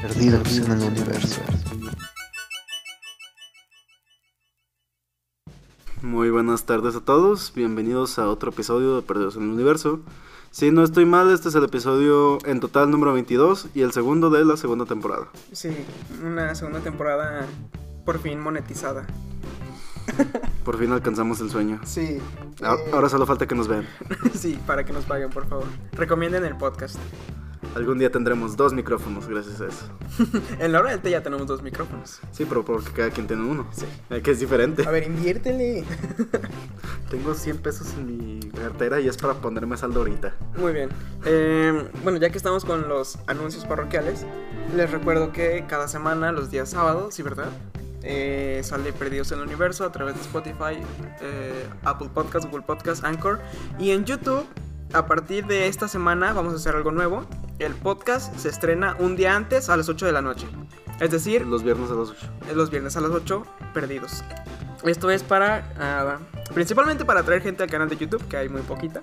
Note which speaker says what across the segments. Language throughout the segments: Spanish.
Speaker 1: perdidos en el universo.
Speaker 2: Muy buenas tardes a todos, bienvenidos a otro episodio de Perdidos en el Universo. Si no estoy mal, este es el episodio en total número 22 y el segundo de la segunda temporada.
Speaker 3: Sí, una segunda temporada por fin monetizada.
Speaker 2: Por fin alcanzamos el sueño.
Speaker 3: Sí.
Speaker 2: A-
Speaker 3: eh,
Speaker 2: Ah, Ahora solo falta que nos vean.
Speaker 3: sí, para que nos paguen, por favor. Recomienden el podcast.
Speaker 2: Algún día tendremos dos micrófonos gracias a eso.
Speaker 3: En la hora del té ya tenemos dos micrófonos.
Speaker 2: Sí, pero porque cada quien tiene uno.
Speaker 3: Sí.
Speaker 2: Eh, Que es diferente.
Speaker 3: A ver, inviértele.
Speaker 2: Tengo 100 pesos en mi cartera y es para ponerme saldo ahorita.
Speaker 3: Muy bien. Eh, bueno, ya que estamos con los anuncios parroquiales, les recuerdo que cada semana, los días sábados, ¿sí verdad? Eh, sale Perdidos en el Universo a través de Spotify, eh, Apple Podcast, Google Podcast, Anchor y en YouTube. A partir de esta semana vamos a hacer algo nuevo. El podcast se estrena un día antes a las 8 de la noche. Es decir,
Speaker 2: Los viernes a las 8.
Speaker 3: eh, los viernes a las 8, perdidos. Esto es para, ah, principalmente para atraer gente al canal de YouTube, que hay muy poquita.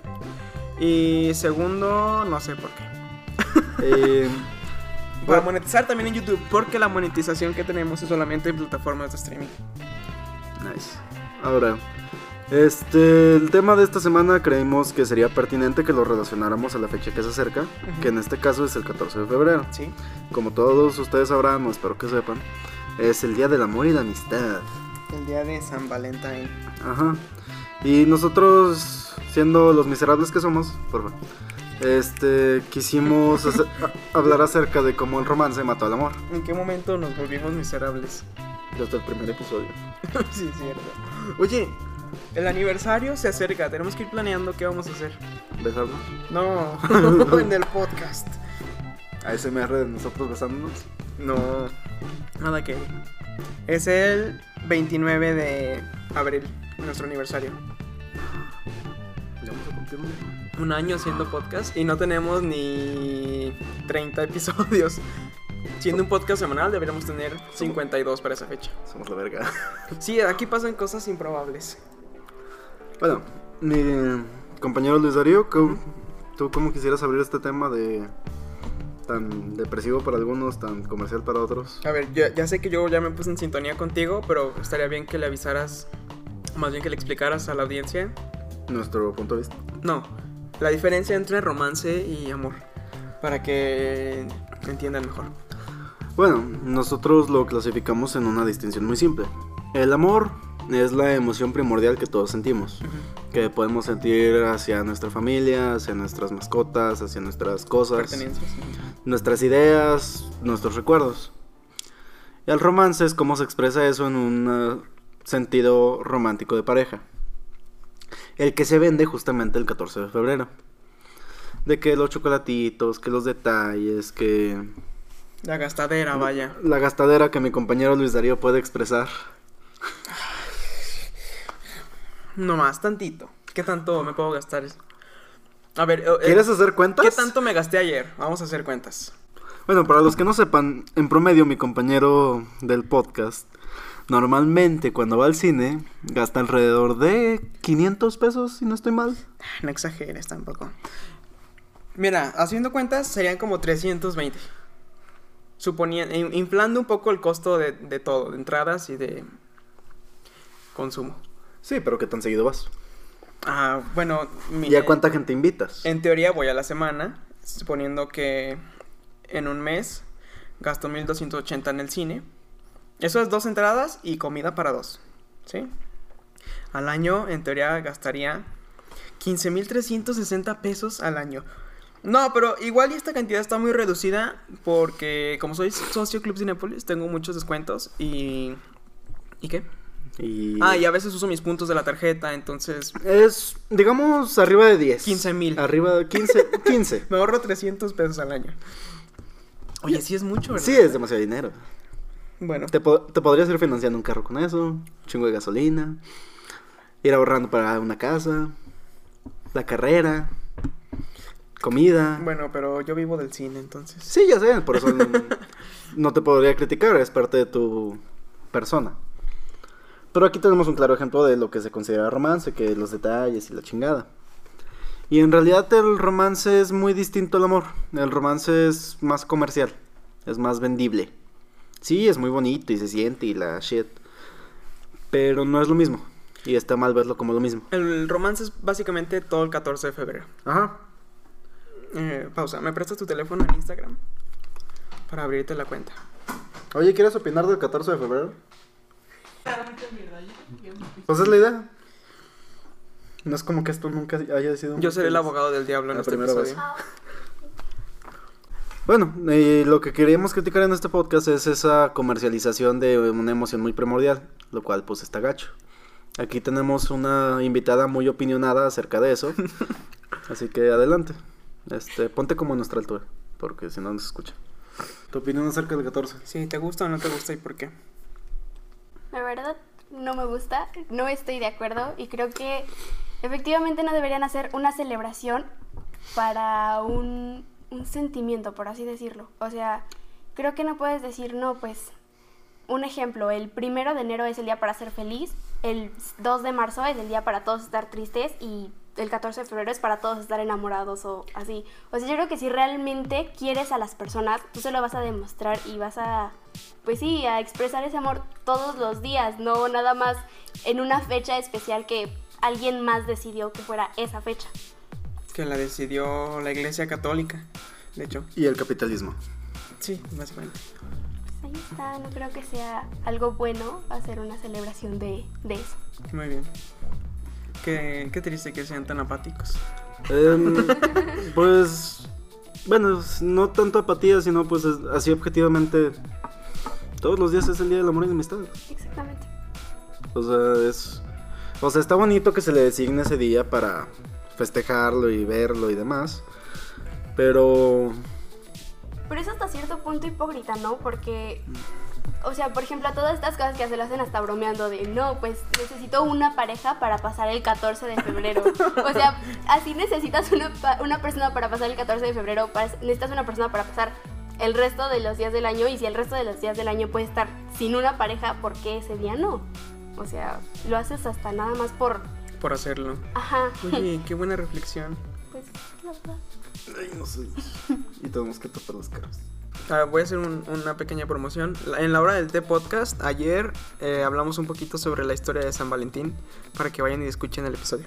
Speaker 3: Y segundo, no sé por qué.
Speaker 2: Eh,
Speaker 3: Para
Speaker 2: bueno,
Speaker 3: monetizar también en YouTube, porque la monetización que tenemos es solamente en plataformas de streaming.
Speaker 2: Nice. Ahora, este, el tema de esta semana creímos que sería pertinente que lo relacionáramos a la fecha que se acerca, que en este caso es el 14 de febrero.
Speaker 3: Sí.
Speaker 2: Como todos ustedes sabrán, o espero que sepan, es el Día del Amor y la Amistad.
Speaker 3: El día de San Valentín.
Speaker 2: Ajá. Y nosotros, siendo los miserables que somos, por favor, este, quisimos hacer- a- hablar acerca de cómo el romance mató al amor.
Speaker 3: ¿En qué momento nos volvimos miserables?
Speaker 2: Desde el primer episodio.
Speaker 3: sí, es cierto. Oye, el aniversario se acerca, tenemos que ir planeando qué vamos a hacer.
Speaker 2: Besarnos.
Speaker 3: No, en el podcast.
Speaker 2: ASMR de nosotros besándonos.
Speaker 3: No, nada que. Es el 29 de abril, nuestro aniversario.
Speaker 2: Ya vamos a cumplir un año.
Speaker 3: Un año haciendo podcast y no tenemos ni 30 episodios. Siendo un podcast semanal, deberíamos tener 52 para esa fecha.
Speaker 2: Somos la verga.
Speaker 3: Sí, aquí pasan cosas improbables.
Speaker 2: Bueno, mi compañero Luis Darío, ¿cómo- ¿tú cómo quisieras abrir este tema de tan depresivo para algunos, tan comercial para otros?
Speaker 3: A ver, ya, ya sé que yo ya me puse en sintonía contigo, pero estaría bien que le avisaras, más bien que le explicaras a la audiencia.
Speaker 2: Nuestro punto de vista.
Speaker 3: No, la diferencia entre romance y amor. Para que entiendan mejor.
Speaker 2: Bueno, nosotros lo clasificamos en una distinción muy simple. El amor es la emoción primordial que todos sentimos, que podemos sentir hacia nuestra familia, hacia nuestras mascotas, hacia nuestras cosas.
Speaker 3: Pertenencias.
Speaker 2: nuestras ideas, nuestros recuerdos. Y el romance es cómo se expresa eso en un eh, sentido romántico de pareja. El que se vende justamente el 14 de febrero. De que los chocolatitos, que los detalles, que
Speaker 3: La gastadera, vaya.
Speaker 2: la gastadera que mi compañero Luis Darío puede expresar.
Speaker 3: No más, tantito. ¿Qué tanto me puedo gastar? A ver, eh,
Speaker 2: ¿Quieres hacer cuentas?
Speaker 3: ¿qué tanto me gasté ayer? Vamos a hacer cuentas.
Speaker 2: Bueno, para los que no sepan, en promedio mi compañero del podcast normalmente cuando va al cine gasta alrededor de 500 pesos, si no estoy mal.
Speaker 3: Ah, No exageres tampoco. Mira, haciendo cuentas serían como 320. Suponiendo, inflando un poco el costo de, de todo, de entradas y de consumo.
Speaker 2: Sí, pero ¿qué tan seguido vas?
Speaker 3: Ah, bueno, mi-
Speaker 2: ¿Y a cuánta gente invitas?
Speaker 3: En teoría voy a la semana, suponiendo que en un mes gasto 1280 en el cine. Eso es dos entradas y comida para dos. ¿Sí? Al año, en teoría, gastaría 15.360 pesos al año. No, pero igual y esta cantidad está muy reducida porque como soy socio Club Cinepolis, tengo muchos descuentos y... ¿Y qué?
Speaker 2: Y...
Speaker 3: Ah, y a veces uso mis puntos de la tarjeta, entonces
Speaker 2: Es, digamos, arriba de 10.
Speaker 3: 15,000.
Speaker 2: Arriba de 15. 15.
Speaker 3: Me ahorro 300 pesos al año. Oye, sí es mucho, ¿verdad?
Speaker 2: sí, es demasiado dinero.
Speaker 3: Bueno,
Speaker 2: Te, po- te podrías ir financiando un carro con eso, chingo de gasolina, ir ahorrando para una casa, la carrera, comida.
Speaker 3: bueno, pero yo vivo del cine, entonces.
Speaker 2: Sí, ya sé, por eso no, no te podría criticar, es parte de tu persona. Pero aquí tenemos un claro ejemplo de lo que se considera romance, que los detalles y la chingada. Y en realidad el romance es muy distinto al amor. El romance es más comercial. Es más vendible. Sí, es muy bonito y se siente y la shit. Pero no es lo mismo. Y está mal verlo como lo mismo.
Speaker 3: El romance es básicamente todo el 14 de febrero.
Speaker 2: Ajá.
Speaker 3: Eh, pausa, ¿me prestas tu teléfono en Instagram? Para abrirte la cuenta.
Speaker 2: Oye, ¿quieres opinar del 14 de febrero? Pues es la idea. No es como que esto nunca haya sido.
Speaker 3: Yo seré el abogado del diablo en
Speaker 2: La
Speaker 3: este
Speaker 2: primera
Speaker 3: episodio.
Speaker 2: Bueno, eh, lo que queríamos criticar en este podcast es esa comercialización de una emoción muy primordial, lo cual pues está gacho. Aquí tenemos una invitada muy opinionada acerca de eso, así que adelante. Este, ponte como a nuestra altura, porque si no nos escucha. Tu opinión acerca del 14.
Speaker 3: Si te gusta o no te gusta y por qué.
Speaker 1: La verdad, no me gusta, no estoy de acuerdo y creo que efectivamente no deberían hacer una celebración para un, un sentimiento, por así decirlo. O sea, creo que no puedes decir, no, pues, un ejemplo, el primero de enero es el día para ser feliz, el 2 de marzo es el día para todos estar tristes y el 14 de febrero es para todos estar enamorados o así. O sea, yo creo que si realmente quieres a las personas, tú se lo vas a demostrar y vas a, pues sí, a expresar ese amor todos los días, no nada más en una fecha especial que alguien más decidió que fuera esa fecha.
Speaker 3: Que la decidió la iglesia católica. De hecho,
Speaker 2: Y el capitalismo.
Speaker 3: sí, básicamente.
Speaker 1: Pues ahí está, no creo que sea algo bueno hacer una celebración de, de eso.
Speaker 3: Muy bien. Qué, qué triste que sean tan apáticos.
Speaker 2: Em, pues, bueno, s- no tanto apatía, sino pues es- así objetivamente, todos los días es el Día del Amor y la Amistad.
Speaker 1: Exactamente.
Speaker 2: O sea, es... O sea, está bonito que se le designe ese día para festejarlo y verlo y demás. Pero...
Speaker 1: Pero es hasta cierto punto hipócrita, ¿no? Porque, o sea, por ejemplo, todas estas cosas que se lo hacen hasta bromeando de, no, pues necesito una pareja para pasar el 14 de febrero. O sea, así necesitas una, pa- una persona para pasar el 14 de febrero, pa- necesitas una persona para pasar el resto de los días del año y si el resto de los días del año puede estar sin una pareja, ¿por qué ese día no? O sea, lo haces hasta nada más por...
Speaker 3: Por hacerlo.
Speaker 1: Ajá,
Speaker 3: Oye, qué buena reflexión.
Speaker 1: pues la verdad.
Speaker 2: Ay, no sé. Y tenemos que tapar las caras.
Speaker 3: Ah, voy a hacer un- una pequeña promoción. La- En la hora del té podcast, ayer eh, hablamos un poquito sobre la historia de San Valentín para que vayan y escuchen el episodio.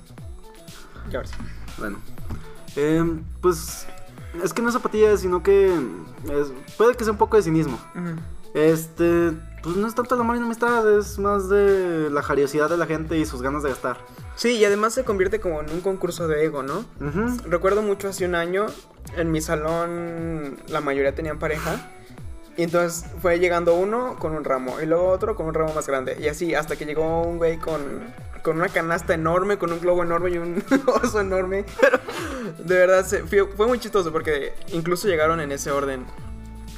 Speaker 3: Y ahora sí.
Speaker 2: Bueno. Em, pues... Es que no es apatía, sino que... es- puede que sea un poco de cinismo. Este... Pues no es tanto el amor y la amistad, es más de la jariosidad de la gente y sus ganas de gastar.
Speaker 3: Sí, y además se convierte como en un concurso de ego, ¿no?
Speaker 2: Ujú.
Speaker 3: Recuerdo mucho hace un año, en mi salón la mayoría tenían pareja. Y entonces fue llegando uno con un ramo y luego otro con un ramo más grande. Y así hasta que llegó un güey con, con una canasta enorme, con un globo enorme y un oso enorme. Pero de verdad se- fue, fue muy chistoso porque incluso llegaron en ese orden.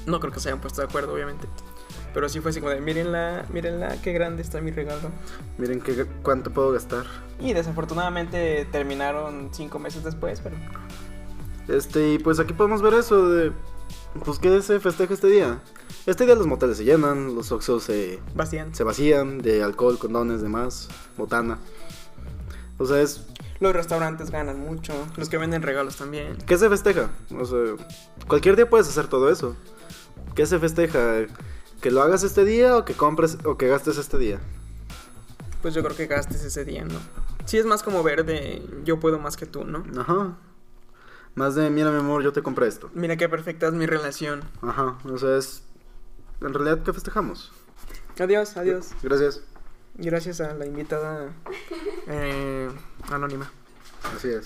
Speaker 3: No creo que se hayan puesto de acuerdo, obviamente. Pero sí fue así como de, mírenla, mírenla, qué grande está mi regalo.
Speaker 2: Miren que, cuánto puedo gastar.
Speaker 3: Y desafortunadamente terminaron cinco meses después, pero...
Speaker 2: Este, y pues aquí podemos ver eso de. Pues que se festeja este día. Este día los moteles se llenan, los oxos se,
Speaker 3: Vacían.
Speaker 2: se vacían de alcohol, condones, demás, botana. O sea, es.
Speaker 3: Los restaurantes ganan mucho, los que venden regalos también.
Speaker 2: ¿Qué se festeja? O sea, cualquier día puedes hacer todo eso. ¿Qué se festeja? ¿Que lo hagas este día o que compres o que gastes este día?
Speaker 3: Pues yo creo que gastes ese día, ¿no? Sí es más como verde, yo puedo más que tú, ¿no?
Speaker 2: Ajá. Más de, mira mi amor, yo te compré esto.
Speaker 3: Mira qué perfecta es mi relación.
Speaker 2: Ajá. O sea, es. En realidad, ¿qué festejamos?
Speaker 3: Adiós, adiós.
Speaker 2: Gracias.
Speaker 3: Gracias a la invitada eh, anónima.
Speaker 2: Así es.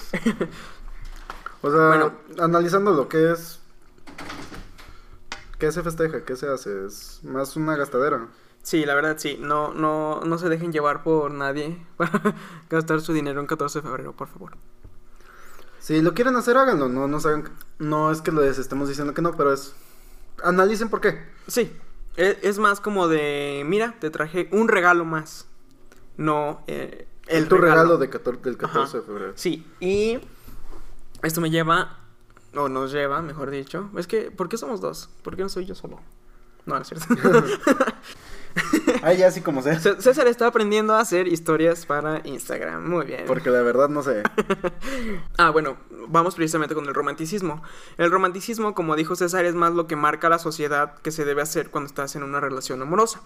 Speaker 2: O sea,
Speaker 3: Bueno.
Speaker 2: analizando lo que es. ¿Qué se festeja? ¿Qué se hace? Es más una gastadera.
Speaker 3: Sí, la verdad sí, no, no, no se dejen llevar por nadie para gastar su dinero en 14 de febrero, por favor.
Speaker 2: Si lo quieren hacer, háganlo. No, no, se hagan- no es que les estemos diciendo que no, pero es. Analicen por qué.
Speaker 3: Sí, e- es, más como de, mira, te traje un regalo más. No, eh, el
Speaker 2: tu regalo,
Speaker 3: regalo
Speaker 2: de 14 del 14 de febrero.
Speaker 3: Sí, y esto me lleva, o nos lleva, mejor dicho. Es que, ¿por qué somos dos? ¿Por qué no soy yo solo? No, no es cierto.
Speaker 2: Ah, ya así como sea.
Speaker 3: C- César está aprendiendo a hacer historias para Instagram. Muy bien.
Speaker 2: Porque la verdad no sé.
Speaker 3: Ah, bueno, vamos precisamente con el romanticismo. El romanticismo, como dijo César, es más lo que marca la sociedad que se debe hacer cuando estás en una relación amorosa.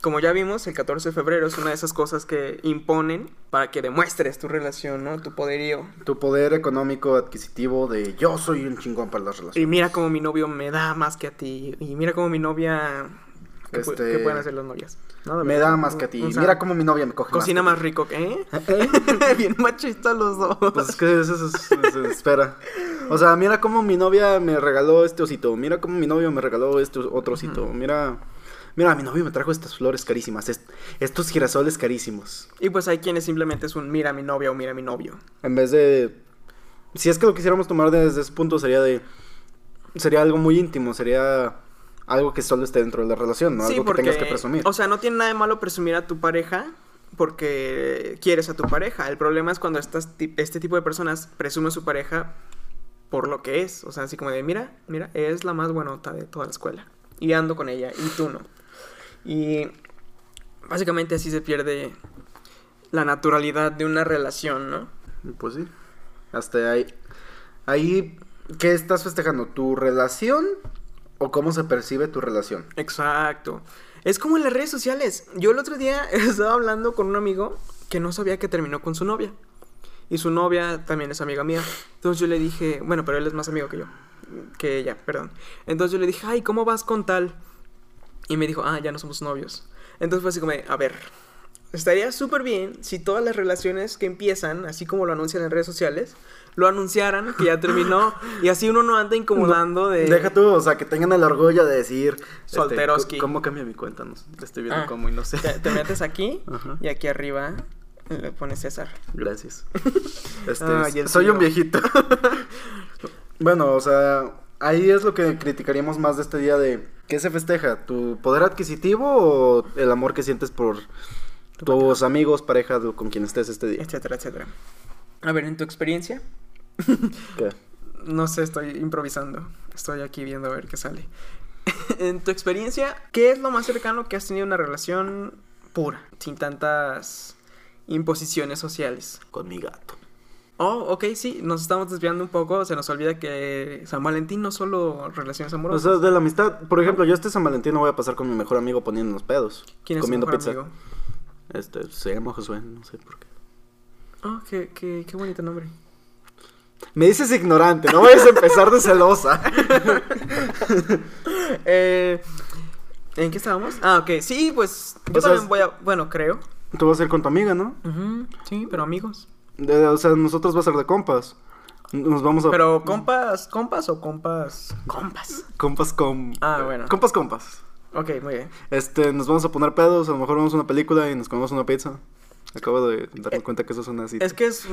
Speaker 3: Como ya vimos, el 14 de febrero es una de esas cosas que imponen para que demuestres tu relación, ¿no? Tu poderío.
Speaker 2: Tu poder económico adquisitivo de yo soy un chingón para las
Speaker 3: Y
Speaker 2: relaciones.
Speaker 3: mira cómo mi novio me da más que a ti. Y mira cómo mi novia... ¿Qué, pu-
Speaker 2: Este-
Speaker 3: qué pueden hacer las novias? Nada,
Speaker 2: Me
Speaker 3: ¿verdad?
Speaker 2: da más que a ti.
Speaker 3: O sea,
Speaker 2: Mira cómo mi novia me coge.
Speaker 3: Cocina
Speaker 2: que
Speaker 3: más rico que... ¿eh?
Speaker 2: tú. ¿Eh?
Speaker 3: Bien machistas los dos.
Speaker 2: Pues es que eso es- eso se espera. O sea, mira cómo mi novia me regaló este osito. Mira cómo mi novio me regaló este os- otro osito. Mira, mira, mi novio me trajo estas flores carísimas. est- estos girasoles carísimos.
Speaker 3: Y pues hay quienes simplemente es un mira a mi novia o mira a mi novio.
Speaker 2: En vez de. Si es que lo quisiéramos tomar desde ese punto, sería de. Sería algo muy íntimo. Sería algo que solo esté dentro de la relación, ¿no? algo que tengas que presumir.
Speaker 3: O sea, no tiene nada de malo presumir a tu pareja porque quieres a tu pareja. El problema es cuando estas, ti- este tipo de personas presumen a su pareja por lo que es. O sea, así como de, mira, mira, es la más buenota de toda la escuela. Y ando con ella, y tú no. Y básicamente así se pierde la naturalidad de una relación, ¿no?
Speaker 2: Pues sí. Hasta ahí. Ahí. ¿Qué estás festejando? ¿Tu relación? ¿O cómo se percibe tu relación?
Speaker 3: Exacto. Es como en las redes sociales. Yo el otro día estaba hablando con un amigo que no sabía que terminó con su novia. Y su novia también es amiga mía. Entonces yo le dije, bueno, pero él es más amigo que yo. Que ella, perdón. Entonces yo le dije, ay, ¿cómo vas con tal? Y me dijo, ah, ya no somos novios. Entonces fue así como, de, a ver, estaría súper bien si todas las relaciones que empiezan, así como lo anuncian en redes sociales, lo anunciaran que ya terminó. y así uno no anda incomodando de...
Speaker 2: Deja tú, o sea, que tengan el orgullo de decir. este,
Speaker 3: Solteroski.
Speaker 2: co- ¿Cómo cambia mi cuenta? No, sé, la estoy viendo
Speaker 3: Ah.
Speaker 2: cómo y no sé.
Speaker 3: Te, te metes aquí
Speaker 2: Ajá.
Speaker 3: y aquí arriba le pones César.
Speaker 2: Gracias. Este,
Speaker 3: Ah, y el
Speaker 2: soy
Speaker 3: tío.
Speaker 2: un viejito. bueno, o sea, ahí es lo que criticaríamos más de este día de ¿qué se festeja? ¿Tu poder adquisitivo o el amor que sientes por tus amigos, pareja, do- con quien estés este día?
Speaker 3: Etcétera, etcétera. A ver, en tu experiencia,
Speaker 2: ¿Qué?
Speaker 3: no sé, estoy improvisando. Estoy aquí viendo a ver qué sale. en tu experiencia, ¿qué es lo más cercano que has tenido una relación pura, sin tantas imposiciones sociales?
Speaker 2: Con mi gato.
Speaker 3: Oh, ok, sí, nos estamos desviando un poco. Se nos olvida que San Valentín no solo relaciones
Speaker 2: O
Speaker 3: amorosas.
Speaker 2: sea, de la amistad, por ejemplo, yo este San Valentín no voy a pasar con mi mejor amigo poniéndonos pedos.
Speaker 3: ¿Quién es tu
Speaker 2: comiendo
Speaker 3: mejor
Speaker 2: pizza.
Speaker 3: amigo?
Speaker 2: Este, se llama Josué, no sé por qué.
Speaker 3: Oh, qué, qué, qué bonito nombre.
Speaker 2: Me dices ignorante, no vayas a empezar de celosa.
Speaker 3: Eh, ¿En qué estábamos? Ah, ok. Sí, pues yo
Speaker 2: O sea,
Speaker 3: también voy a... Bueno, creo.
Speaker 2: Tú vas a ir con tu amiga, ¿no?
Speaker 3: Sí, pero amigos.
Speaker 2: De- o sea, nosotros va a ser de compas. Nos vamos a.
Speaker 3: Pero compas, compas o compas... Compas.
Speaker 2: Compas con.
Speaker 3: Ah, bueno.
Speaker 2: Compas, compas.
Speaker 3: Ok, muy bien.
Speaker 2: Este, nos vamos a poner pedos, a lo mejor vamos a una película y nos comemos una pizza. Acabo de darme cuenta que eso suena así.
Speaker 3: Eh, Es que es...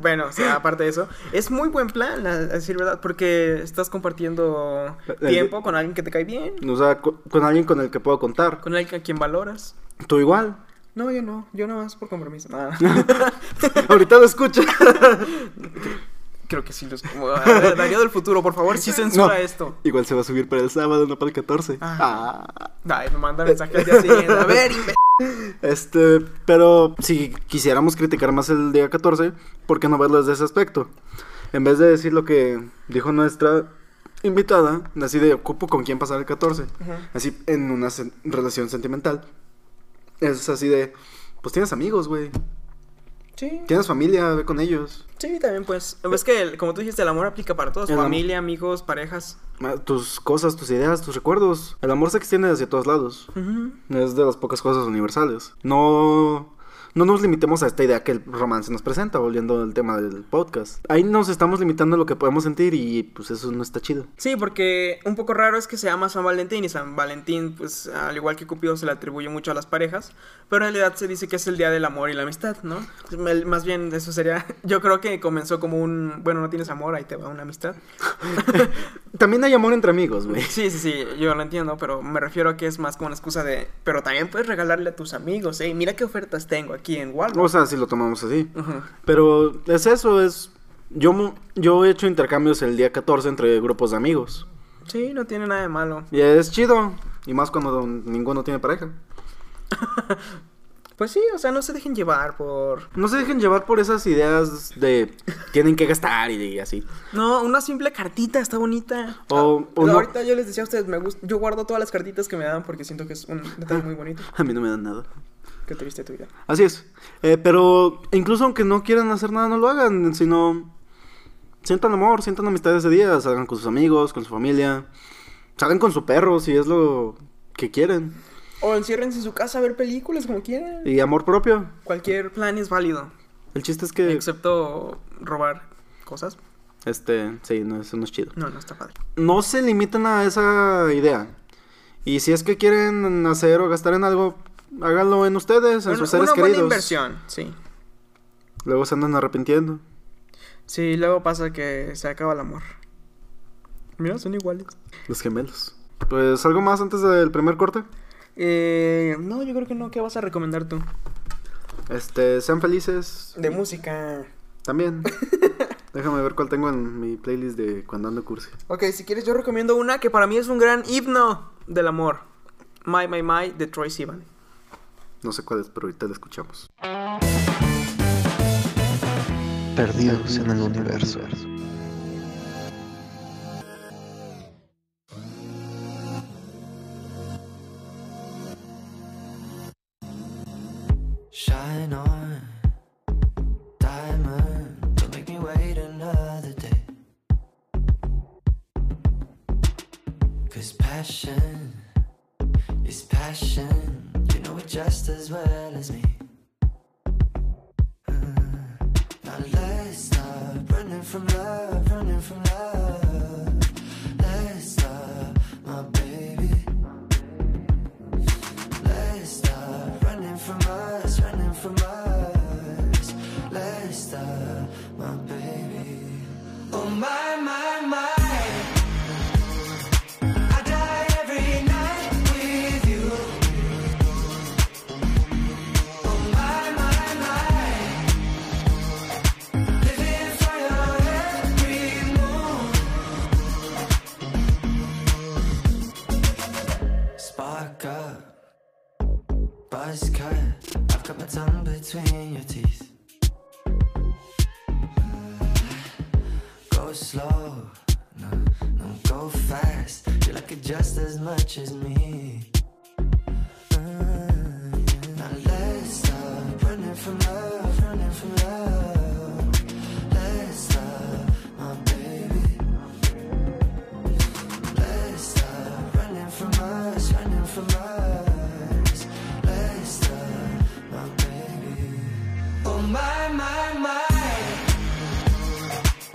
Speaker 3: bueno, o sea, aparte de eso, es muy buen plan, a a decir verdad, porque estás compartiendo
Speaker 2: El-
Speaker 3: tiempo con alguien que te cae bien,
Speaker 2: O sea, cu- con alguien con el que puedo contar.
Speaker 3: con alguien a quien valoras.
Speaker 2: Tú igual.
Speaker 3: No, yo no, yo nada más por compromiso. Nada.
Speaker 2: Ahorita lo escucho.
Speaker 3: Creo que sí los... A ver, Darío del futuro, por favor, sí censura
Speaker 2: No.
Speaker 3: esto.
Speaker 2: Igual se va a subir para el sábado, no para el 14.
Speaker 3: Ah.
Speaker 2: Ah.
Speaker 3: Ay, me manda mensaje al día siguiente. A ver, imbécil.
Speaker 2: Este, pero si quisiéramos criticar más el día 14, ¿por qué no verlo desde ese aspecto? En vez de decir lo que dijo nuestra invitada, así de ocupo con quién pasar el 14, así en una sen- relación sentimental, es así de, pues tienes amigos, güey,
Speaker 3: Sí.
Speaker 2: tienes familia, ve con ellos,
Speaker 3: Sí, también pues. Es que, el- como tú dijiste, el amor aplica para todos.
Speaker 2: Eh, El am-
Speaker 3: Familia, amigos, parejas.
Speaker 2: ma- tus cosas, tus ideas, tus recuerdos. El amor se extiende hacia todos lados. Es de las pocas cosas universales. No, no nos limitemos a esta idea que el romance nos presenta, volviendo al tema del podcast. Ahí nos estamos limitando a lo que podemos sentir y pues eso no está chido.
Speaker 3: Sí, porque un poco raro es que se llama San Valentín y San Valentín, pues al igual que Cupido se le atribuye mucho a las parejas, pero en realidad se dice que es el día del amor y la amistad, ¿no? Pues, El- Más bien eso sería, yo creo que comenzó como un, bueno, no tienes amor, ahí te va una amistad.
Speaker 2: También hay amor entre amigos, güey.
Speaker 3: Sí, sí, sí, yo lo entiendo, pero me refiero a que es más como una excusa de, pero también puedes regalarle a tus amigos, ¿eh? Mira qué ofertas tengo aquí en Walmart.
Speaker 2: O sea, si lo tomamos así.
Speaker 3: Ujú.
Speaker 2: Pero es eso, es... Yo, mu- yo he hecho intercambios el día 14 entre grupos de amigos.
Speaker 3: Sí, no tiene nada de malo.
Speaker 2: Y es chido. Y más cuando ninguno tiene pareja.
Speaker 3: Pues sí, o sea, no se dejen llevar por...
Speaker 2: No se dejen llevar por esas ideas de tienen que gastar y, y así.
Speaker 3: No, una simple cartita está bonita.
Speaker 2: O-
Speaker 3: Ah,
Speaker 2: o no.
Speaker 3: Ahorita yo les decía a ustedes, me gusta, yo guardo todas las cartitas que me dan porque siento que es un detalle muy bonito.
Speaker 2: A mí no me dan nada.
Speaker 3: Qué triste tu vida.
Speaker 2: Así es. Eh, pero incluso aunque no quieran hacer nada, no lo hagan, sino sientan amor, sientan amistad ese día, salgan con sus amigos, con su familia, salgan con su perro si es lo que quieren.
Speaker 3: O enciérrense en su casa a ver películas como quieran.
Speaker 2: Y amor propio.
Speaker 3: Cualquier plan es válido,
Speaker 2: El chiste es que
Speaker 3: excepto robar cosas.
Speaker 2: este, sí, no, eso no es chido.
Speaker 3: No, no está padre.
Speaker 2: No se limiten a esa idea. Y si es que quieren hacer o gastar en algo, háganlo en ustedes, en
Speaker 3: Una-
Speaker 2: sus seres
Speaker 3: una buena
Speaker 2: queridos.
Speaker 3: inversión, sí.
Speaker 2: Luego se andan arrepintiendo.
Speaker 3: Sí, luego pasa que se acaba el amor. Mira, son iguales.
Speaker 2: Los gemelos. Pues algo más antes del primer corte.
Speaker 3: Eh, no, yo creo que no. ¿Qué vas a recomendar tú?
Speaker 2: Este, sean felices.
Speaker 3: De música.
Speaker 2: También. Déjame ver cuál tengo en mi playlist de cuando ando cursi.
Speaker 3: Ok, si quieres yo recomiendo una que para mí es un gran himno del amor. My, My, My de Troy Sivan.
Speaker 2: No sé cuál es, pero ahorita la escuchamos.
Speaker 4: Perdidos en el universo.
Speaker 5: Shine on, diamond. Don't make me wait another day. Cause passion is passion. You know it just as well as me. Uh, Now let's stop running from love, running from love. Let's stop, my baby. Let's stop running from us, running from us. Let's stop, my baby. Oh my, my, my. I die every night with you. Oh my, my, my. Living for your every move. Spark up. Buzz cut, I've got my tongue between your teeth. Go slow, no, no, go fast. You like it just as much as me. Mm. Now let's stop running from love, running from love. Let's stop, my baby. Let's stop running from us, running from us. Let's stop, my baby. Oh my, my, my.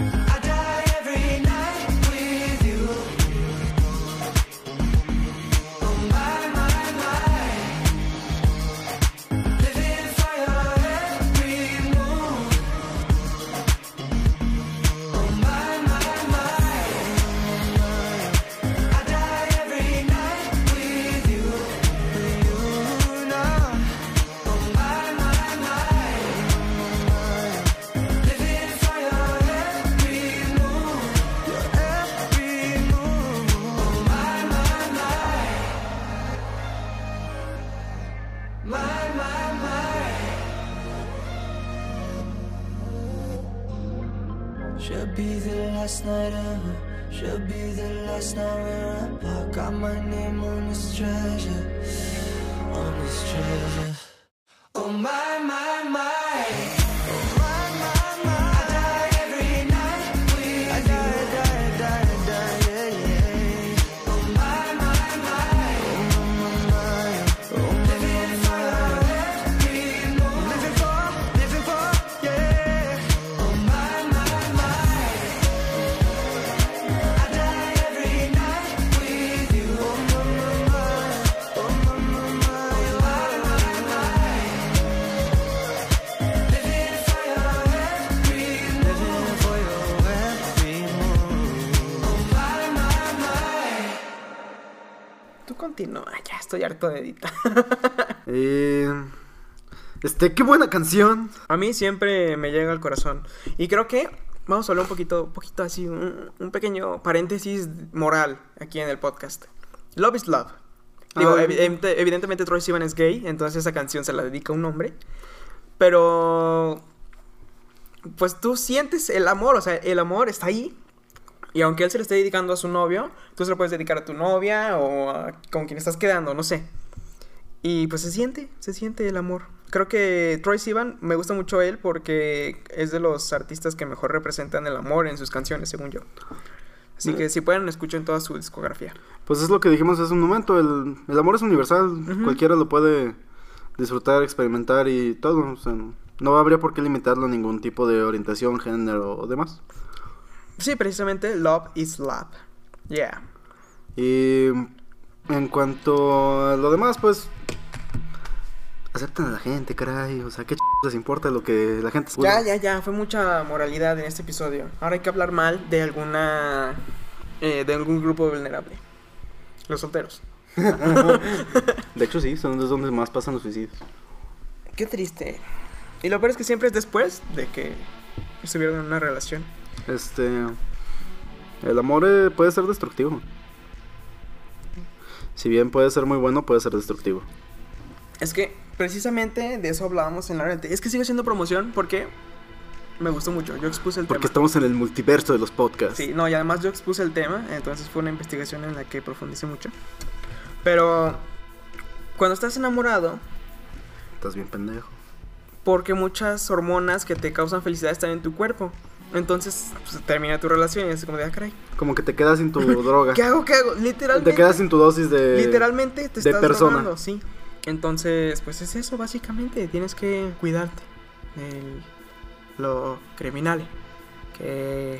Speaker 5: I die every night with you. Oh my, my, my. Living for your every move. Oh my, my, my. I die every night with you, with you now. Oh my, my, my, living for your every move, your every move. Oh my, my, my, my, my, my. Should be the last night ever. Should be the last night we're apart. Got my name on this treasure, on this treasure. Oh my, my, my. Oh my, my, my. I die every night with I die, you. die, die, die, yeah, yeah. Oh my, my, my. Oh my, my, my. Oh living for every moment. Living for, living for, yeah. Oh my, my, my. I die every night with you. Oh my, my, my. Oh my, my, my. Oh my, my, my. Living for your every move. Living for your every move. Oh my, my, my.
Speaker 3: Tú continúa, ya estoy harto de editar.
Speaker 2: Eh, este, qué buena canción.
Speaker 3: A mí siempre me llega al corazón. Y creo que vamos a hablar un poquito, poquito así, un, un pequeño paréntesis moral aquí en el podcast. Love is love. Digo,
Speaker 2: Ah.
Speaker 3: evi- evidente- evidentemente Troy Sivan es gay, entonces esa canción se la dedica a un hombre. Pero. Pues tú sientes el amor, o sea, el amor está ahí. Y aunque él se le esté dedicando a su novio, tú se lo puedes dedicar a tu novia o a- con quien estás quedando, no sé. Y pues se siente, se siente el amor. Creo que Troy Sivan, me gusta mucho él porque es de los artistas que mejor representan el amor en sus canciones, según yo. Así que si pueden, escuchen toda su discografía.
Speaker 2: Pues es lo que dijimos hace un momento, el, el amor es universal,
Speaker 3: Ujú.
Speaker 2: cualquiera lo puede disfrutar, experimentar y todo, o sea, no habría por qué limitarlo a ningún tipo de orientación, género o demás.
Speaker 3: Sí, precisamente Love is Love. Yeah.
Speaker 2: Y en cuanto a lo demás, pues aceptan a la gente, caray, o sea, qué ch... les importa lo que la gente
Speaker 3: Ya, ya, ya, fue mucha moralidad en este episodio. Ahora hay que hablar mal de alguna. eh, de algún grupo vulnerable. Los solteros.
Speaker 2: De hecho sí, son los donde más pasan los suicidios.
Speaker 3: Qué triste. Y lo peor es que siempre es después de que estuvieron en una relación.
Speaker 2: Este. El amor eh, puede ser destructivo. Si bien puede ser muy bueno, puede ser destructivo.
Speaker 3: Es que precisamente de eso hablábamos en la red. Es que sigue siendo promoción porque me gustó mucho. Yo expuse el
Speaker 2: Porque
Speaker 3: tema.
Speaker 2: estamos en el multiverso de los podcasts.
Speaker 3: Sí, no, y además yo expuse el tema, entonces fue una investigación en la que profundicé mucho. Pero cuando estás enamorado,
Speaker 2: Estás bien pendejo.
Speaker 3: porque muchas hormonas que te causan felicidad están en tu cuerpo. Entonces pues, termina tu relación y es como de, ah, caray,
Speaker 2: Como que te quedas sin tu droga.
Speaker 3: ¿qué hago? ¿Qué hago? Literalmente.
Speaker 2: Pues, Te quedas sin tu dosis de.
Speaker 3: literalmente te
Speaker 2: de
Speaker 3: estás
Speaker 2: persona.
Speaker 3: drogando, sí. Entonces, pues es eso, básicamente. Tienes que cuidarte de lo criminal. Que.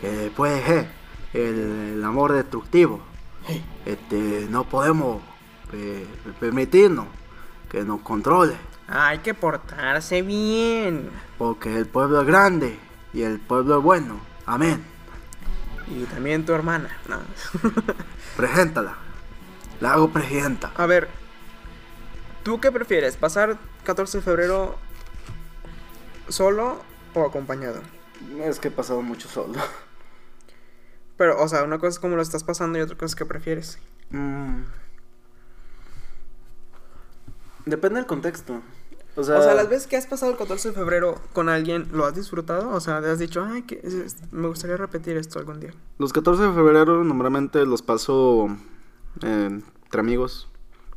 Speaker 2: Que puede eh, el, el amor destructivo. Este, no podemos eh, permitirnos que nos controle.
Speaker 3: Hay que portarse bien.
Speaker 2: Porque el pueblo es grande y el pueblo es bueno. Amén.
Speaker 3: Y también tu hermana. No.
Speaker 2: Preséntala. La hago presidenta.
Speaker 3: A ver, ¿tú qué prefieres? ¿Pasar 14 de febrero solo o acompañado?
Speaker 2: Es que he pasado mucho solo.
Speaker 3: Pero, o sea, una cosa es cómo lo estás pasando y otra cosa es que prefieres.
Speaker 2: Mm. Depende del contexto. O sea,
Speaker 3: O sea, las veces que has pasado el 14 de febrero con alguien, ¿lo has disfrutado? O sea, ¿te has dicho, ay, que es- es- me gustaría repetir esto algún día?
Speaker 2: los 14 de febrero normalmente los paso eh, entre amigos.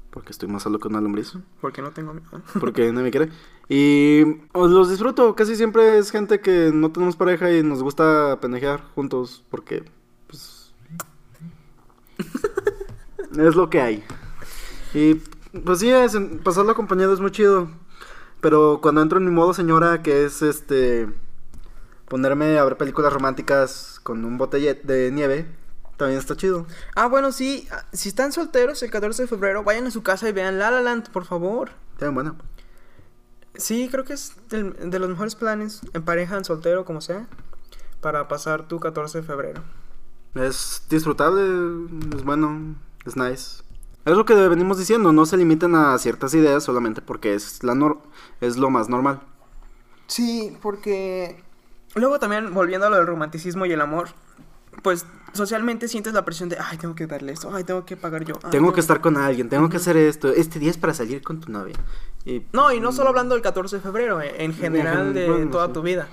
Speaker 2: Porque estoy más solo que una lombriz.
Speaker 3: Porque no tengo miedo.
Speaker 2: Porque nadie me quiere. Y os los disfruto. Casi siempre es gente que no tenemos pareja y nos gusta pendejear juntos. Porque, pues. es lo que hay. Y, pues sí, es, pasarlo acompañado es muy chido. Pero cuando entro en mi modo señora, que es este. Ponerme a ver películas románticas con un botellet de nieve, también está chido.
Speaker 3: Ah, bueno, sí, ah, si están solteros el 14 de febrero, vayan a su casa y vean La La Land, por favor.
Speaker 2: Está bien bueno.
Speaker 3: Sí, creo que es del- de los mejores planes, en pareja, en soltero, como sea, para pasar tu 14 de febrero.
Speaker 2: Es disfrutable, es bueno, es nice. Es lo que venimos diciendo, no se limitan a ciertas ideas solamente porque es, la nor- es lo más normal.
Speaker 3: Sí, porque luego también volviendo a lo del romanticismo y el amor, pues socialmente sientes la presión de, ay, tengo que darle esto, ay, tengo que pagar yo. ay,
Speaker 2: tengo que estar con alguien, tengo que hacer esto. Este día es para salir con tu novia. Y
Speaker 3: No, y no solo hablando del 14 de febrero, eh, en general
Speaker 2: gen-
Speaker 3: de
Speaker 2: bueno,
Speaker 3: toda
Speaker 2: sí.
Speaker 3: tu vida.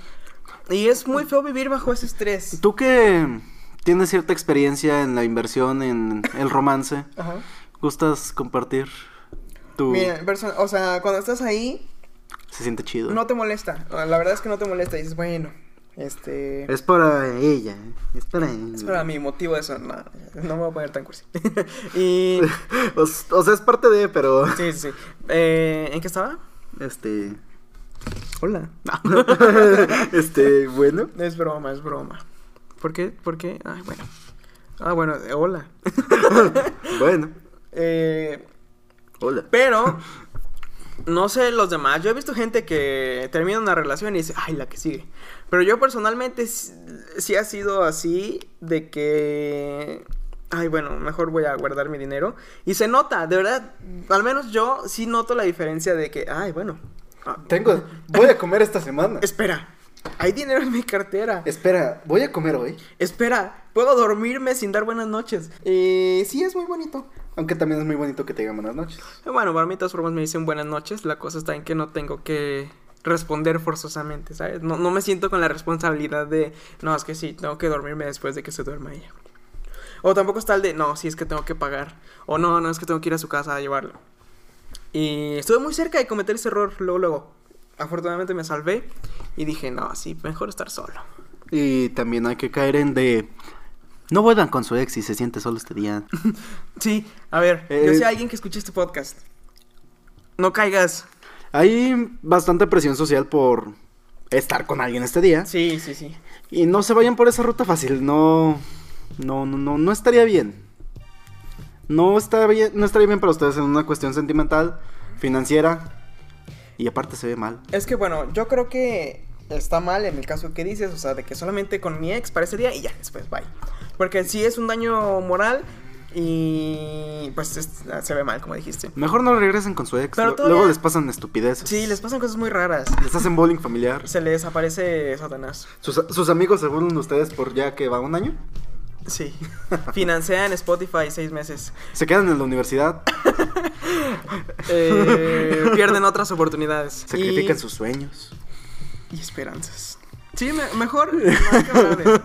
Speaker 3: Y es muy feo vivir bajo ese estrés.
Speaker 2: tú que tienes cierta experiencia en la inversión, en el romance,
Speaker 3: Ajá.
Speaker 2: ¿gustas compartir? Tu...
Speaker 3: Mira, perso- o sea, cuando estás ahí,
Speaker 2: Se siente chido.
Speaker 3: no te molesta. La verdad es que no te molesta. Y dices, bueno, este...
Speaker 2: Es para ella, es para ella.
Speaker 3: Es para mi motivo de eso, no, no me voy a poner tan cursi. y...
Speaker 2: o, s- o sea, es parte de, pero...
Speaker 3: Sí, sí, sí. Eh, ¿En qué estaba?
Speaker 2: Este...
Speaker 3: Hola.
Speaker 2: este, bueno.
Speaker 3: Es broma, es broma. ¿Por qué? ¿Por qué? Ay, bueno. Ah, bueno, eh, hola.
Speaker 2: Bueno,
Speaker 3: Eh,
Speaker 2: hola.
Speaker 3: pero, no sé los demás. Yo he visto gente que termina una relación y dice, ay, la que sigue. Pero yo personalmente s- sí ha sido así de que... Ay, bueno, mejor voy a guardar mi dinero. Y se nota, de verdad, al menos yo sí noto la diferencia de que, ay, bueno, ah,
Speaker 2: Tengo, voy a comer esta semana.
Speaker 3: espera, Hay dinero en mi cartera.
Speaker 2: Espera, voy a comer hoy.
Speaker 3: Espera, puedo dormirme sin dar buenas noches. Eh, sí, es muy bonito.
Speaker 2: Aunque también es muy bonito que te digan buenas noches.
Speaker 3: Eh, Bueno, para mí de todas formas me dicen buenas noches. La cosa está en que no tengo que responder forzosamente, ¿sabes? No, no me siento con la responsabilidad de, no, es que sí, tengo que dormirme después de que se duerma ella. O tampoco está el de, no, sí, es que tengo que pagar. O no, no, es que tengo que ir a su casa a llevarlo. Y estuve muy cerca de cometer ese error luego, luego. Afortunadamente me salvé y dije, no, sí, mejor estar solo.
Speaker 2: Y también hay que caer en de. No vuelvan con su ex si se siente solo este día.
Speaker 3: Sí, a ver, yo
Speaker 2: Eh,
Speaker 3: sé a alguien que escuche este podcast. No caigas.
Speaker 2: Hay bastante presión social por estar con alguien este día.
Speaker 3: Sí, sí, sí.
Speaker 2: Y no se vayan por esa ruta fácil, no. No, no, no, no estaría bien. No, está bien, no estaría bien para ustedes en una cuestión sentimental, financiera. Y aparte se ve mal.
Speaker 3: Es que bueno, yo creo que está mal en el caso que dices, o sea, de que solamente con mi ex para ese día y ya, después bye. Porque sí es un daño moral y pues es- se ve mal, como dijiste.
Speaker 2: Mejor no regresen con su ex.
Speaker 3: Pero
Speaker 2: lo-
Speaker 3: todavía-
Speaker 2: Luego les pasan estupideces.
Speaker 3: Sí, les pasan cosas muy raras.
Speaker 2: Les hacen bowling familiar.
Speaker 3: Se le desaparece Satanás.
Speaker 2: Sus, sus amigos se burlan de ustedes por ya que va un año.
Speaker 3: Sí. Financian Spotify seis meses.
Speaker 2: Se quedan en la universidad,
Speaker 3: Eh, pierden otras oportunidades. Y-
Speaker 2: sacrifican sus sueños.
Speaker 3: Y esperanzas. Sí, me- mejor. no hay que hablar de eso.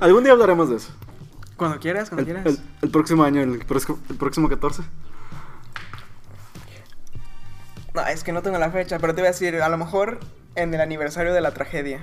Speaker 2: Algún día hablaremos de eso.
Speaker 3: cuando quieras, cuando
Speaker 2: El,
Speaker 3: quieras.
Speaker 2: el- el próximo año, el, próximo- el próximo 14.
Speaker 3: No, es que no tengo la fecha, pero te iba a decir, a lo mejor en el aniversario de la tragedia.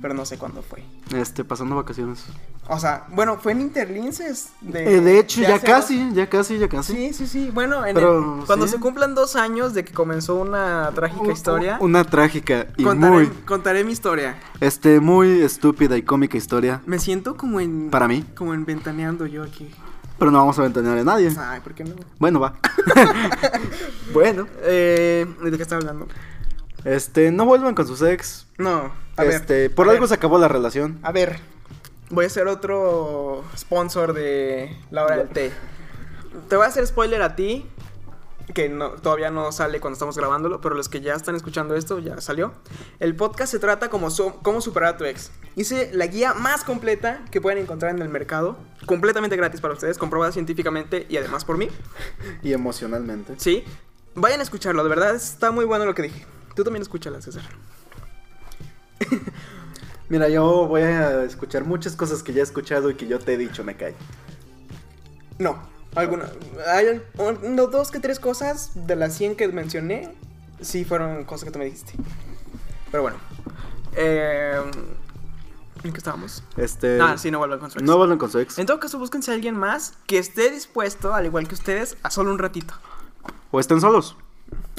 Speaker 3: Pero no sé cuándo fue.
Speaker 2: Este, pasando vacaciones.
Speaker 3: O sea, bueno, fue en Interlinces. De,
Speaker 2: Eh, de hecho, ya
Speaker 3: hace
Speaker 2: casi, ya casi, ya casi.
Speaker 3: Sí, sí, sí. Bueno, en
Speaker 2: Pero,
Speaker 3: el- cuando
Speaker 2: sí.
Speaker 3: se cumplan dos años de que comenzó una trágica
Speaker 2: Un-
Speaker 3: historia,
Speaker 2: Una trágica y
Speaker 3: contaré,
Speaker 2: muy,
Speaker 3: contaré mi historia.
Speaker 2: este, muy estúpida y cómica historia
Speaker 3: Me siento como en.
Speaker 2: para mí.
Speaker 3: Como en ventaneando yo aquí.
Speaker 2: Pero no vamos a ventanear a nadie.
Speaker 3: Ay, ¿por qué no?
Speaker 2: Bueno, va. bueno,
Speaker 3: Eh, ¿De qué estaba hablando?
Speaker 2: este, no vuelvan con sus ex.
Speaker 3: No, a
Speaker 2: Este,
Speaker 3: ver.
Speaker 2: por
Speaker 3: a
Speaker 2: algo
Speaker 3: ver.
Speaker 2: se acabó la relación.
Speaker 3: A ver, voy a ser otro sponsor de la hora del té. Te voy a hacer spoiler a ti, que no, todavía no sale cuando estamos grabándolo, pero los que ya están escuchando esto ya salió. El podcast se trata como so- cómo superar a tu ex. Hice la guía más completa que pueden encontrar en el mercado, completamente gratis para ustedes, comprobada científicamente y además por mí.
Speaker 2: Y emocionalmente.
Speaker 3: Sí, vayan a escucharlo, de verdad está muy bueno lo que dije. Tú también escúchala, César.
Speaker 2: Mira, yo voy a escuchar muchas cosas que ya he escuchado y que yo te he dicho, me cae.
Speaker 3: No. Alguna, hay un- no, dos que tres cosas de las 100 que mencioné, sí fueron cosas que tú me dijiste. Pero bueno. Eh, ¿En qué estábamos?
Speaker 2: Este.
Speaker 3: ah, sí, no vuelvan con su ex.
Speaker 2: No vuelvan con su ex.
Speaker 3: En todo caso, búsquense a alguien más que esté dispuesto, al igual que ustedes, a solo un ratito.
Speaker 2: O estén solos.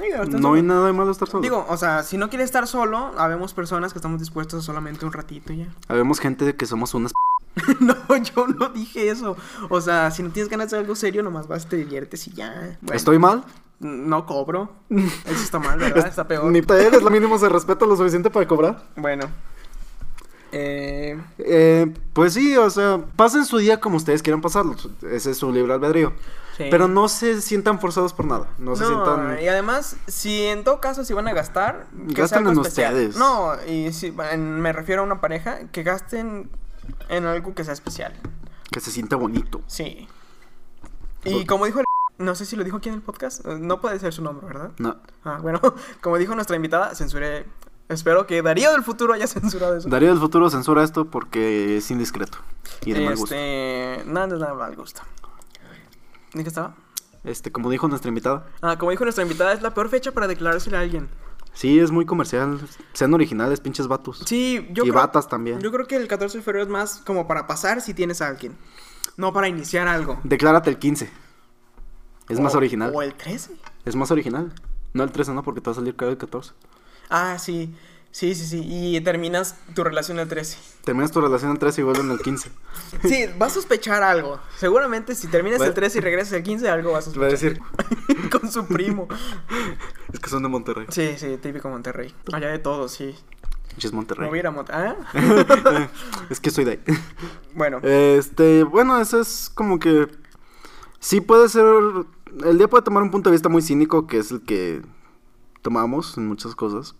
Speaker 3: Ay, ahorita
Speaker 2: No hay
Speaker 3: solo-
Speaker 2: nada de malo estar solos.
Speaker 3: Ah, Digo, o sea, si no quiere estar solo, habemos personas que estamos dispuestos a solamente un ratito y ya.
Speaker 2: Habemos gente de que somos unas. p-
Speaker 3: no, yo no dije eso. O sea, si no tienes ganas de algo serio, nomás vas, te diviertes y ya. Bueno.
Speaker 2: ¿Estoy mal?
Speaker 3: No cobro. Eso está mal, ¿verdad? Está peor.
Speaker 2: Ni te eres, lo mínimo se respeta lo suficiente para cobrar.
Speaker 3: Bueno. Eh,
Speaker 2: Eh, pues sí, o sea, pasen su día como ustedes quieran pasarlo. Ese es su libre albedrío.
Speaker 3: sí.
Speaker 2: Pero no se sientan forzados por nada. No, se sientan.
Speaker 3: y además, si en todo caso si van a gastar, que sea
Speaker 2: Gasten
Speaker 3: algo
Speaker 2: en
Speaker 3: especial.
Speaker 2: ustedes.
Speaker 3: No, y si, en- me refiero a una pareja, que gasten en algo que sea especial.
Speaker 2: Que se sienta bonito.
Speaker 3: Sí. Y como dijo el... No sé si lo dijo aquí en el podcast, eh, no puede ser su nombre, ¿verdad?
Speaker 2: No.
Speaker 3: Ah, bueno, como dijo nuestra invitada, censuré... Espero que Darío del futuro haya censurado eso.
Speaker 2: Darío del futuro censura esto porque es indiscreto. Y de mal gusto.
Speaker 3: Este, nada, nada, nada, mal gusto. ¿De qué estaba?
Speaker 2: Este, como dijo nuestra invitada.
Speaker 3: Ah, como dijo nuestra invitada, es la peor fecha para declarársela a alguien.
Speaker 2: Sí, es muy comercial. Sean originales, pinches vatos.
Speaker 3: Sí, yo
Speaker 2: y
Speaker 3: creo.
Speaker 2: batas también.
Speaker 3: Yo creo que el 14 de febrero es más como para pasar si tienes a alguien. No para iniciar algo.
Speaker 2: Declárate el 15. Es más
Speaker 3: O-
Speaker 2: original.
Speaker 3: O el 13.
Speaker 2: Es más original. No el 13, no, porque te va a salir cada el 14.
Speaker 3: Ah, sí. Sí, sí, sí. Y terminas tu relación el 13.
Speaker 2: Terminas tu relación el 13 y vuelven al 15.
Speaker 3: Sí, vas a sospechar algo. Seguramente si terminas
Speaker 2: Bueno.
Speaker 3: el 13 y regresas el 15, algo vas a
Speaker 2: Va a
Speaker 3: sospechar.
Speaker 2: decir, Pues-
Speaker 3: Con su primo.
Speaker 2: es que son de Monterrey.
Speaker 3: Sí, sí, típico Monterrey. Allá de todo, sí.
Speaker 2: Pinches
Speaker 3: No
Speaker 2: Monterrey.
Speaker 3: hubiera Monterrey. Ah,
Speaker 2: es que soy de ahí.
Speaker 3: Bueno.
Speaker 2: Este, bueno, eso es como que. Sí puede ser. El día puede tomar un punto de vista muy cínico, que es el que tomamos en muchas cosas.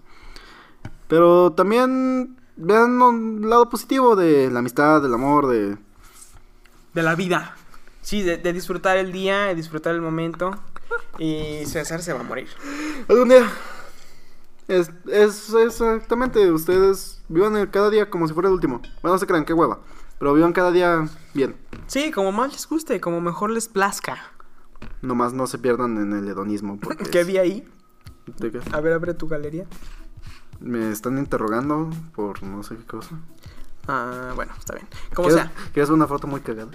Speaker 2: Pero también Vean un lado positivo de la amistad, del amor, de...
Speaker 3: De la vida. Sí, de, de disfrutar el día, de disfrutar el momento. Y César se va a morir.
Speaker 2: Algún día. Es, es exactamente, ustedes vivan el- cada día como si fuera el último. Bueno, no se crean, qué hueva. Pero vivan cada día bien.
Speaker 3: Sí, como más les guste, como mejor les plazca.
Speaker 2: Nomás no se pierdan en el hedonismo.
Speaker 5: Pues.
Speaker 2: Porque
Speaker 3: ¿Qué
Speaker 2: es-
Speaker 3: vi ahí?
Speaker 2: ¿De qué?
Speaker 3: A ver, abre tu galería.
Speaker 2: Me están interrogando por no sé qué cosa.
Speaker 3: Ah, bueno, está bien. Como
Speaker 2: ¿Quieres-
Speaker 3: sea.
Speaker 2: ¿Quieres ver una foto muy cagada?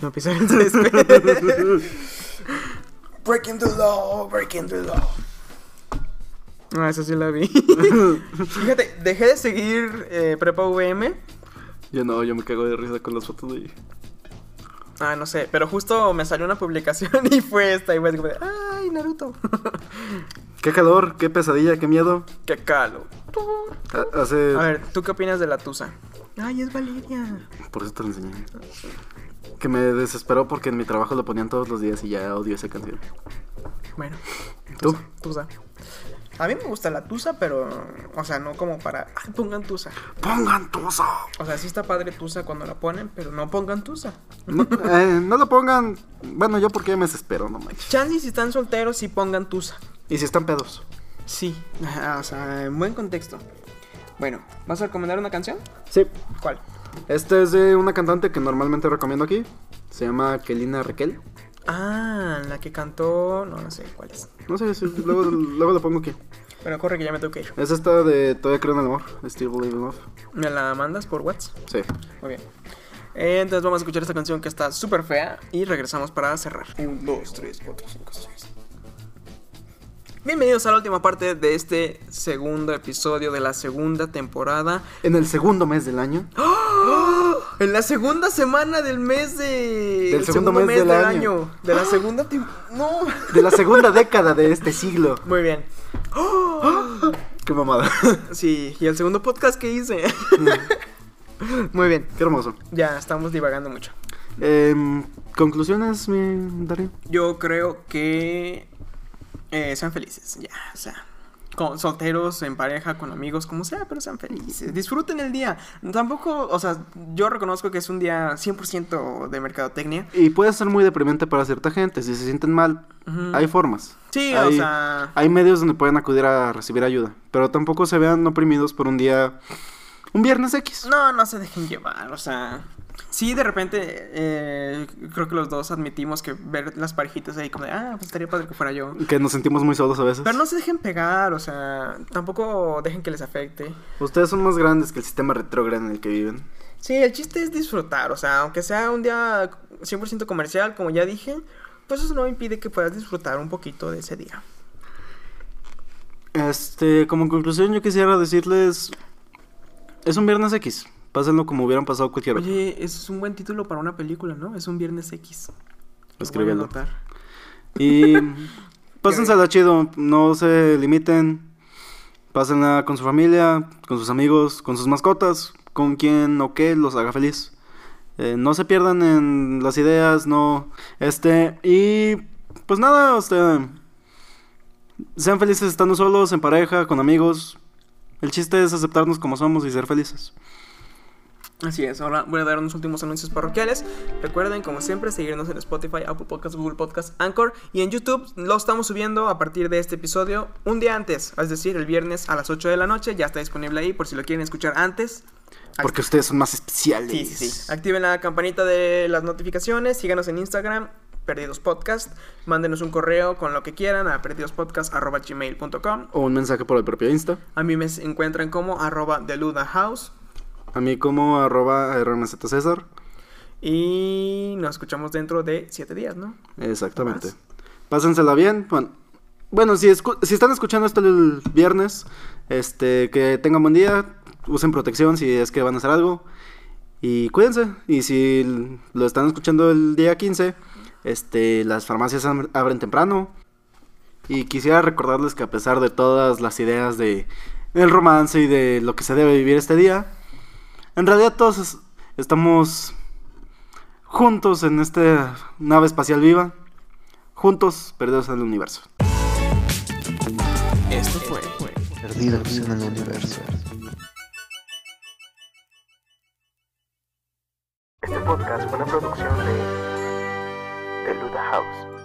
Speaker 3: No pienso en el césped.
Speaker 5: Breaking the law, breaking the law.
Speaker 3: No, Ah, esa sí la vi. Fíjate, dejé de seguir eh, Prepa VM.
Speaker 2: Yo no, yo me cago de risa con las fotos de ahí.
Speaker 3: Ah, no sé, pero justo me salió una publicación y fue esta. Y fue así como de, ¡ay, Naruto!
Speaker 2: Qué calor, qué pesadilla, qué miedo.
Speaker 3: ¡Qué calo!
Speaker 2: Ha- Hace...
Speaker 3: A ver, ¿tú qué opinas de la Tusa? ¡Ay, es Valeria!
Speaker 2: Por eso te lo enseñé. Que me desesperó porque en mi trabajo lo ponían todos los días y ya odio esa canción.
Speaker 3: Bueno,
Speaker 2: ¿Tú?
Speaker 3: Tusa. A mí me gusta la Tusa, pero. O sea, no como para. ¡Ay, pongan Tusa!
Speaker 2: ¡Pongan tuzo!
Speaker 3: O sea, sí está padre Tusa cuando la ponen, pero no pongan Tusa.
Speaker 2: No, eh, no lo pongan. Bueno, yo porque me desespero, no manches.
Speaker 3: Chansi, si están solteros, sí pongan Tusa.
Speaker 2: Y si están pedos.
Speaker 3: Sí, o sea, en buen contexto. Bueno, ¿vas a recomendar una canción?
Speaker 2: Sí.
Speaker 3: ¿Cuál?
Speaker 2: Este es de una cantante que normalmente recomiendo aquí. Se llama Kelina Raquel.
Speaker 3: Ah, la que cantó. No, no sé cuál es.
Speaker 2: No sé, sí, luego, luego lo pongo aquí.
Speaker 3: Bueno, corre que ya me tengo que ir.
Speaker 2: Es esta de Todavía creo en el amor. Still Believe in Love.
Speaker 3: ¿Me la mandas por WhatsApp?
Speaker 2: Sí.
Speaker 3: Muy bien. Eh, Entonces vamos a escuchar esta canción que está súper fea y regresamos para cerrar.
Speaker 5: 1, 2, 3, 4, 5, 6.
Speaker 3: Bienvenidos a la última parte de este segundo episodio de la segunda temporada. ¡Ah!
Speaker 2: En el segundo mes del año.
Speaker 3: En la segunda semana del mes de... Del
Speaker 2: segundo mes del año. ¡Ah!
Speaker 3: De la segunda tem- No.
Speaker 2: De la segunda década de este siglo.
Speaker 3: Muy bien. ¡Ah!
Speaker 2: Qué mamada.
Speaker 3: Sí, y el segundo podcast que hice. Muy bien.
Speaker 2: Qué hermoso.
Speaker 3: Ya estamos divagando mucho.
Speaker 2: Em, Conclusiones, mi Darío.
Speaker 3: Yo creo que eh, sean felices, ya, o sea, con solteros, en pareja, con amigos, como sea, pero sean felices, disfruten el día. Tampoco, o sea, yo reconozco que es un día 100% de mercadotecnia.
Speaker 2: Y puede ser muy deprimente para cierta gente. Si se sienten mal,
Speaker 3: Ujú.
Speaker 2: hay formas.
Speaker 3: Mm. Sí,
Speaker 2: hay,
Speaker 3: o sea,
Speaker 2: hay medios donde pueden acudir a recibir ayuda. Pero tampoco se vean oprimidos por un día. Un viernes X.
Speaker 3: no, no se dejen llevar, o sea, sí, de repente, eh, creo que los dos admitimos que ver las parejitas ahí como de, ah, pues estaría padre que fuera yo.
Speaker 2: Que nos sentimos muy solos a veces.
Speaker 3: Pero no se dejen pegar, o sea, tampoco dejen que les afecte.
Speaker 2: Ustedes son más grandes que el sistema retrógrado en el que viven.
Speaker 3: Sí, el chiste es disfrutar, o sea, aunque sea un día 100% comercial, como ya dije, pues eso no impide que puedas disfrutar un poquito de ese día.
Speaker 2: Este, como conclusión, yo quisiera decirles. Es un viernes X. Pásenlo como hubieran pasado cualquier otro.
Speaker 3: Oye, eso es un buen título para una película, ¿no? Es un viernes X.
Speaker 2: Escríbelo.
Speaker 3: Lo voy a anotar.
Speaker 2: Y pásensela chido, no se limiten. Pásenla con su familia, con sus amigos, con sus mascotas, con quien o qué los haga feliz. Eh, no se pierdan en las ideas, no. Este, y pues nada, este, sean felices estando solos, en pareja, con amigos. El chiste es aceptarnos como somos y ser felices.
Speaker 3: Así es, ahora voy a dar unos últimos anuncios parroquiales. Recuerden, como siempre, seguirnos en Spotify, Apple Podcasts, Google Podcasts, Anchor y en YouTube. Lo estamos subiendo a partir de este episodio un día antes, es decir, el viernes a las 8 de la noche. Ya está disponible ahí por si lo quieren escuchar antes.
Speaker 2: Porque ustedes son más especiales.
Speaker 3: Sí, sí, sí. Activen la campanita de las notificaciones, síganos en Instagram, Perdidos Podcast, mándenos un correo con lo que quieran a perdidospodcast.gmail.com.
Speaker 2: O un mensaje por el propio Insta.
Speaker 3: A mí me encuentran como arroba deludahouse
Speaker 2: A mí como arroba RMZ César.
Speaker 3: y nos escuchamos dentro de siete días, ¿no?
Speaker 2: Exactamente.
Speaker 3: Más.
Speaker 2: Pásensela bien. Bueno, bueno, si, escu- si están escuchando esto el viernes, este, que tengan buen día, usen protección si es que van a hacer algo y cuídense. Y si l- lo están escuchando el día 15, este, las farmacias am- abren temprano. Y quisiera recordarles que a pesar de todas las ideas de el romance y de lo que se debe vivir este día, en realidad todos es- estamos juntos en esta nave espacial viva, juntos perdidos en el universo.
Speaker 3: Esto fue.
Speaker 4: Perdidos, Perdidos en el universo.
Speaker 6: Este podcast fue una producción de The Luda House.